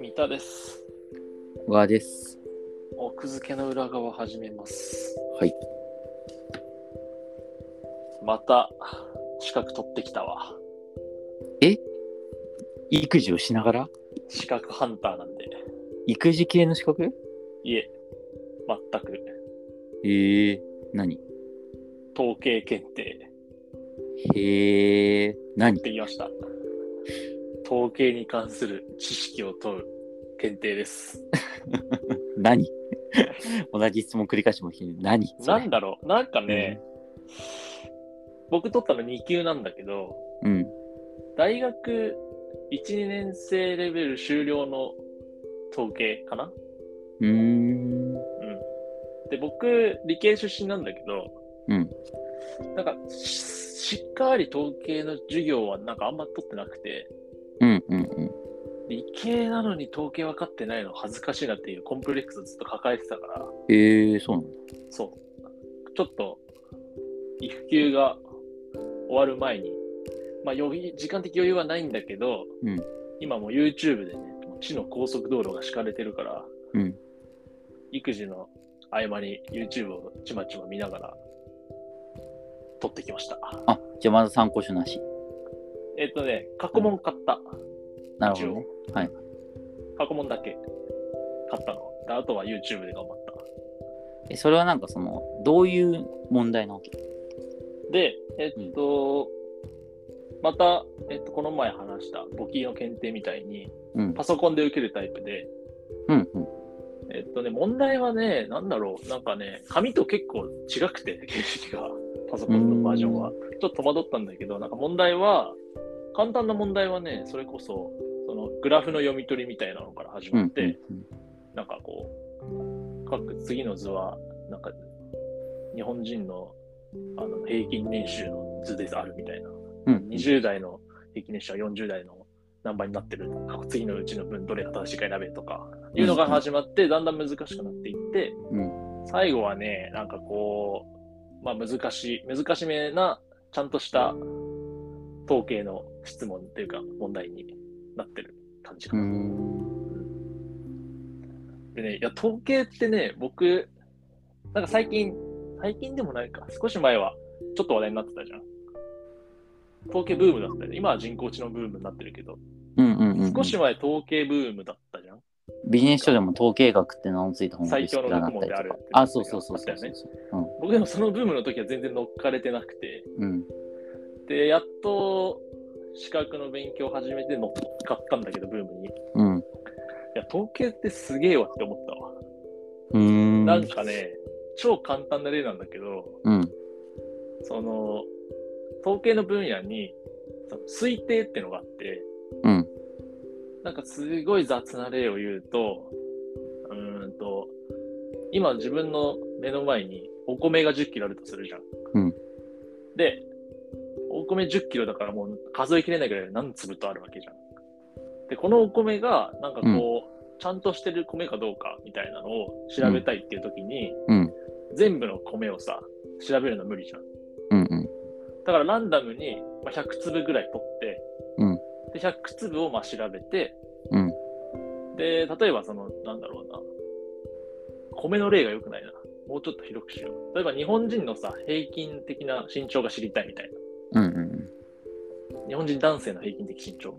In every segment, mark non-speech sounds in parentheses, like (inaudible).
三田です。わです。奥付けの裏側始めます。はい。また、資格取ってきたわ。育児をしながら資格ハンターなんで。育児系の資格いえ、全く。ええ何統計検定ってへえ、何言いました。統計に関する知識を問う検定です。何 (laughs) 同じ質問繰り返してもいいけど何そなれんだろうなんかね、僕取ったの2級なんだけど、うん。大学1、2年生レベル終了の統計かなうーん。で僕理系出身なんだけどうん。なんかししっかり統計の授業はなんかあんま取ってなくてうんうんうん。理系なのに統計分かってないの恥ずかしいなっていうコンプレックスをずっと抱えてたからええそうなんだ。そうちょっと育休が終わる前にまあ余裕時間的余裕はないんだけど、うん今もう YouTube でねもう地の高速道路が敷かれてるからうん。育児の合間に YouTube をちまちま見ながら撮ってきました。あ、じゃあまだ参考書なし。えっとね、過去問買った。なるほどね。一応はい。過去問だけ買ったの。であとは YouTube で頑張った。え、それはなんかその、どういう問題なわけで、えっと、また、えっと、この前話した簿記の検定みたいに、うん。パソコンで受けるタイプで、うんうん。えっとね、問題はね、なんだろう、なんかね、紙と結構違くて、形式が、パソコンのバージョンは。ちょっと戸惑ったんだけど、なんか問題は、簡単な問題はね、それこそ、そのグラフの読み取りみたいなのから始うまっん。て、うんなんかこう、各次の図は、なんか、日本人のあの平均年収の図ですあるみたいな。うん。 20代の平均年収は40代の何倍になってる。各次のうちの分どれが正しいか選べとか、いうのが始まって、だんだん難しくなっていって、うん。最後はね、なんかこう、まあ難しい、難しめな、ちゃんとした統計の質問っていうか問題になってる感じかうな。ん。でね、いや、統計ってね、僕、なんか最近、最近でもないか、少し前は、ちょっと話題になってたじゃん。統計ブームだったよね。今は人工知能ブームになってるけど、うんうんうん。少し前統計ブームだったじゃん。ビジネス書でも統計学って名のついた本が最強の学問であるってあ、そうそうそうそあうったようん。僕でもそのブームの時は全然乗っかれてなくて、うん。で、やっと資格の勉強を始めて乗っかったんだけど、ブームに。いうん。や、統計ってすげえわって思ったわ。うーん。なんかね、超簡単な例なんだけど、うん。その統計の分野にその推定ってのがあってうん。なんかすごい雑な例を言うとうーんと今自分の目の前にお米が1 0キロあるとするじゃん。うんでお米1 0キロだからもう数えきれないぐらい何粒とあるわけじゃん。でこのお米がなんかこう、ちゃんとしてる米かどうかみたいなのを調べたいっていう時に、うん。全部の米をさ調べるの無理じゃん。うん。うん。だからランダムにまあ100粒ぐらい取って、うんで100粒をまあ調べて、うんで、例えばその、なんだろうな、米の例が良くないな。もうちょっと広くしよう。例えば日本人のさ、平均的な身長が知りたいみたいうん。うん。な。日本人男性の平均的身長。う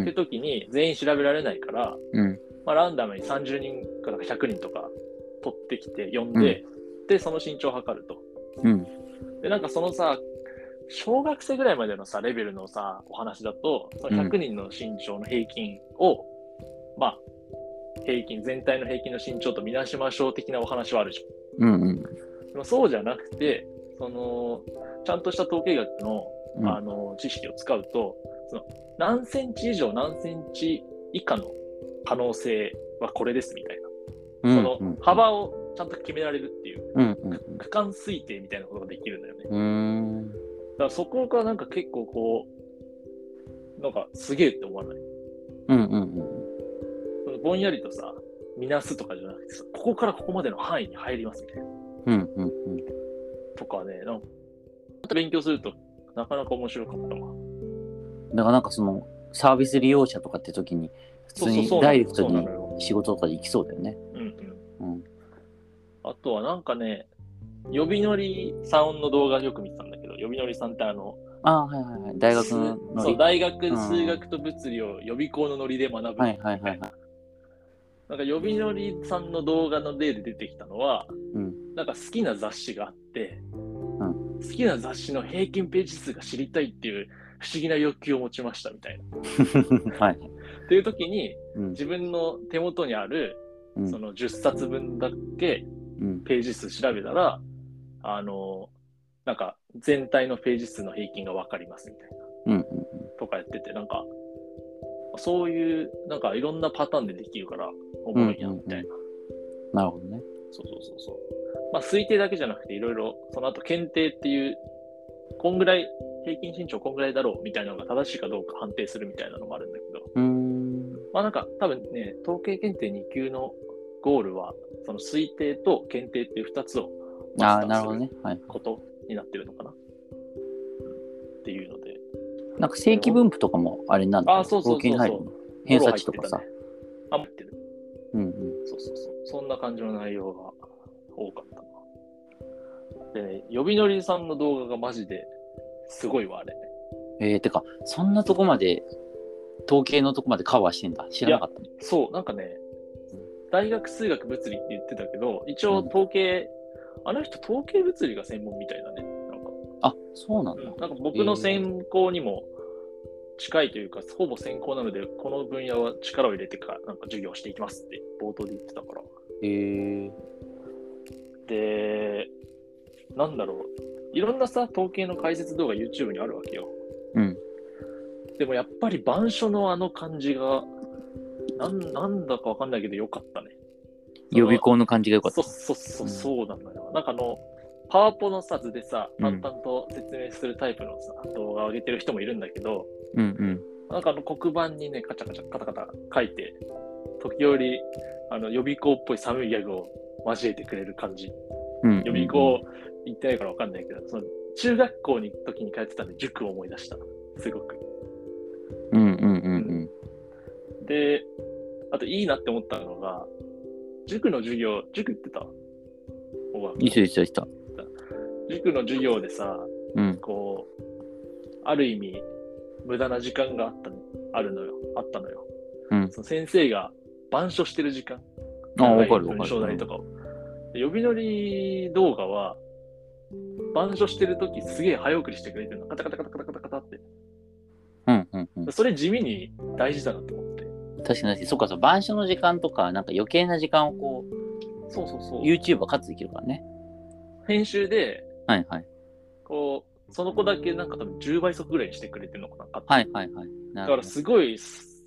ってん。時に全員調べられないから、うん。まあ、ランダムに30人から100人とか取ってきて呼んで、で、その身長を測ると。うん。で、なんかそのさ、小学生ぐらいまでのさ、レベルのさ、お話だと、その100人の身長の平均を、まあ、平均、全体の平均の身長とみなしましょう的なお話はあるじゃうん。うん。ん。でもそうじゃなくて、その、ちゃんとした統計学の、あの、知識を使うと、その、何センチ以上、何センチ以下の可能性はこれですみたいな。その、幅をちゃんと決められるっていう、うん。うん。区間推定みたいなことができるんだよね。うん。だからそこがなんか結構こう、なんかすげえって思わない。うん。うん。そのぼんやりとさ、みなすとかじゃなくてさ、ここからここまでの範囲に入りますみたいな。うん。うん。とかね、なんか、勉強するとなかなか面白かったわ。だからなんかそのサービス利用者とかって時に普そうそ通うにそうダイレクトそうなにのよ仕事とかで行きそうだよね。うんうん。うん。あとはなんかね、呼び乗りさんの動画よく見てたんだけど、呼び乗りさんってあの、ああ、はいはいはい。大学のノそうリ。大学うん数学と物理を予備校のノリで学ぶ。はいはいはいはい。なんか予備乗りさんの動画の例で出てきたのは、うんなんか好きな雑誌があって、ん好きな雑誌の平均ページ数が知りたいっていう不思議な欲求を持ちましたみたいな。はい。っていう時にうん。自分の手元にあるうんその10冊分だけうん。ページ数調べたら、あの、なんか全体のページ数の平均が分かりますみたいなうん。うんとかやってて、なんかそういうなんかいろんなパターンでできるからおもろいなみたいな。うんなるほどね。そうそうそうそう。まあ、推定だけじゃなくて、いろいろ、その後検定っていう、こんぐらい、平均身長こんぐらいだろうみたいなのが正しいかどうか判定するみたいなのもあるんだけど、うーん。まあなんか多分ね、統計検定2級のゴールは、その推定と検定っていう2つをあマあ、スターなるすほどね。はい。ことになってるのかな。うんっていうので、なんか正規分布とかもあれなんだ。あそうそうそうそう統計に入るの偏差値とかさ。ゴロ入ってたね。あ、持ってる。うんうん。そうそうそう。そんな感じの内容が多かったな。でね、呼び乗りさんの動画がマジですごいわ、あれ。えー、てか、そんなとこまで、統計のとこまでカバーしてんだ。知らなかった。そう、なんかね、大学数学物理って言ってたけど、一応統計、あの人統計物理が専門みたいだね。なんか、あ、そうなんうだ。んなんか僕の専攻にも近いというか、ほぼ専攻なので、この分野は力を入れてか、なんか授業していきますって冒頭で言ってたから。へえで、なんだろう、いろんなさ、統計の解説動画 YouTube にあるわけよ。うん。でもやっぱり板書のあの感じが、なんなんだかわかんないけどよかったね。予備校の感じが良かった。そうそうそう、そうなのよ。なんかあの、パワポのさ図でさ、うん淡々と説明するタイプのさ、動画を上げてる人もいるんだけど、うんうん。なんかあの黒板にね、カチャカチャカタカタ書いて、時折、あの予備校っぽい寒いギャグを交えてくれる感じ。うん予備校行ってないからわかんないけど、その中学校に行く時に通ってたんで、塾を思い出した。すごく。うんうんうんで、あといいなって思ったのが、塾の授業、塾行ってた小川うん。いついついつた。塾の授業でさ、うんこう、ある意味、無駄な時間があった、あるのよ、あったのよ。うんその先生が板書してる時間。あわか長いるわ文章かなりると。かを。で呼び乗り動画は、板書してるときすげえ早送りしてくれてるの。カタカタカタカタカタカタって。うんうんうん。それ地味に大事だなと思って。確かに確かに。そっかそう。板書の時間とか、なんか余計な時間をこ、そうそうそうう。 YouTube はカットできるからね。編集で、はいはい。こう、その子だけなんか多分10倍速ぐらいにしてくれてるのかな。はいはいはい。だかなるほらすごい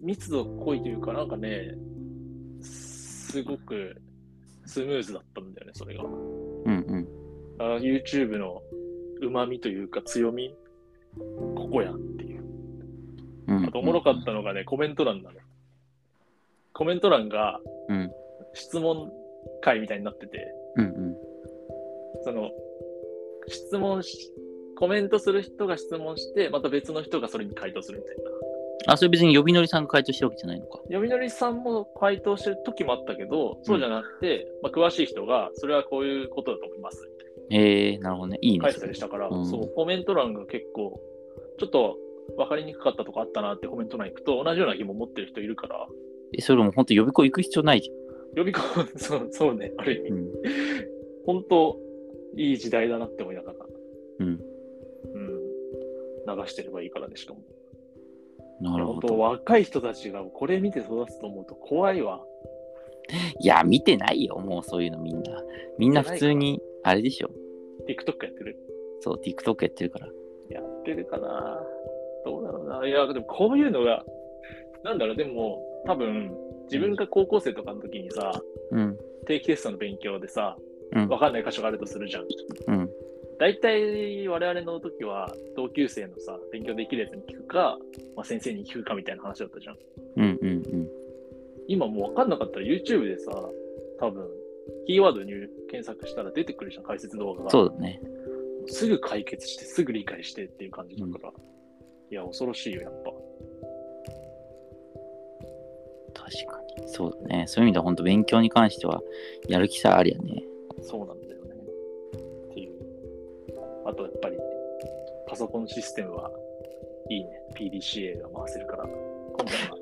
密度濃いというか、なんかね、すごくスムーズだったんだよね、それが。ど。うんうん。あ YouTube の旨味というか強み、ここやっていう。うんうんあとおもろかったのがね、コメント欄なの。コメント欄がうん質問会みたいになってて、うんうん。その、質問し、コメントする人が質問して、また別の人がそれに回答するみたいな。あ、それ別に予備のりさんが回答してるわけじゃないのか。読みのりさんも回答してる時もあったけど、そうじゃなくて、まあ、詳しい人が、それはこういうことだと思いますってへえー、なるほどね。いいね書い。てたりしたから、うんそう、コメント欄が結構、ちょっと分かりにくかったとこあったなってコメント欄行くと、同じような疑問持ってる人いるから、えそれも本当予備校行く必要ないじ予備校、そうそうね、ある意ゃ味ん。、うん。本当、いい時代だなって思いながら、うん。うん、流してればいいからね、しかも。なるほ本当、ど。若い人たちがこれ見て育つと思うと怖いわ。いや、見てないよ。もうそういうのみんな。みんな普通に、あれでしょ。 TikTok やってるそう、TikTok やってるから。やってるかなどうだろうないや、でもこういうのが、なんだろう、でも、多分、自分が高校生とかの時にさ、うん。定期テストの勉強でさ、うんわかんない箇所があるとするじゃん。うん。大体、我々の時は、同級生のさ、勉強できるやつに聞くか、まあ、先生に聞くかみたいな話だったじゃん。うんうんうん。今もうわかんなかったら YouTube でさ、多分、キーワード入検索したら出てくるじゃん、解説動画が。そうだね。のすぐ解決して、すぐ理解してっていう感じだから、いや、恐ろしいよ、やっぱ。確かに。そうだね。そういう意味では本当勉強に関してはやる気さえありやね。そうなんだよね。っていう。あと、やっぱり、パソコンシステムはいいね。PDCA が回せるから、今回は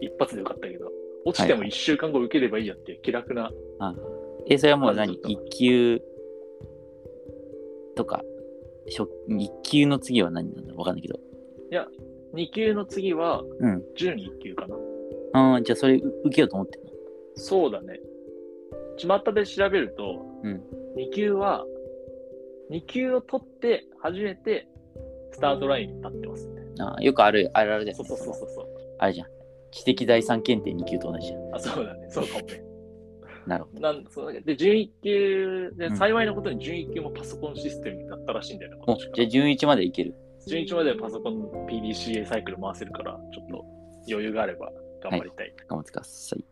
一発でよかったけど、落ちても1週間後受ければいいやっていう気楽な、あえ、それはもう何まあちょっと ?1 級とか、1級の次は何なんだろうわかんないけど。 2級の次はうん。準1級かな。ああ、じゃあそれう受けようと思ってんの。そうだね。巷で調べると、うん2級は、2級を取って初めてスタートラインに立ってますね。あーよくある、あるあるだよそね。うそうそうそうそう。あれじゃん。知的財産検定2級と同じじゃん。あ、そうだね。そうかもね。なるほなんそうで、11級で、うん幸いなことに11級もパソコンシステムになったらしいんだよね、ど。今お年かじゃらあ。11までいける。 11まではパソコン PDCA サイクル回せるから、ちょっと余裕があれば頑張りたい。頑張ってください。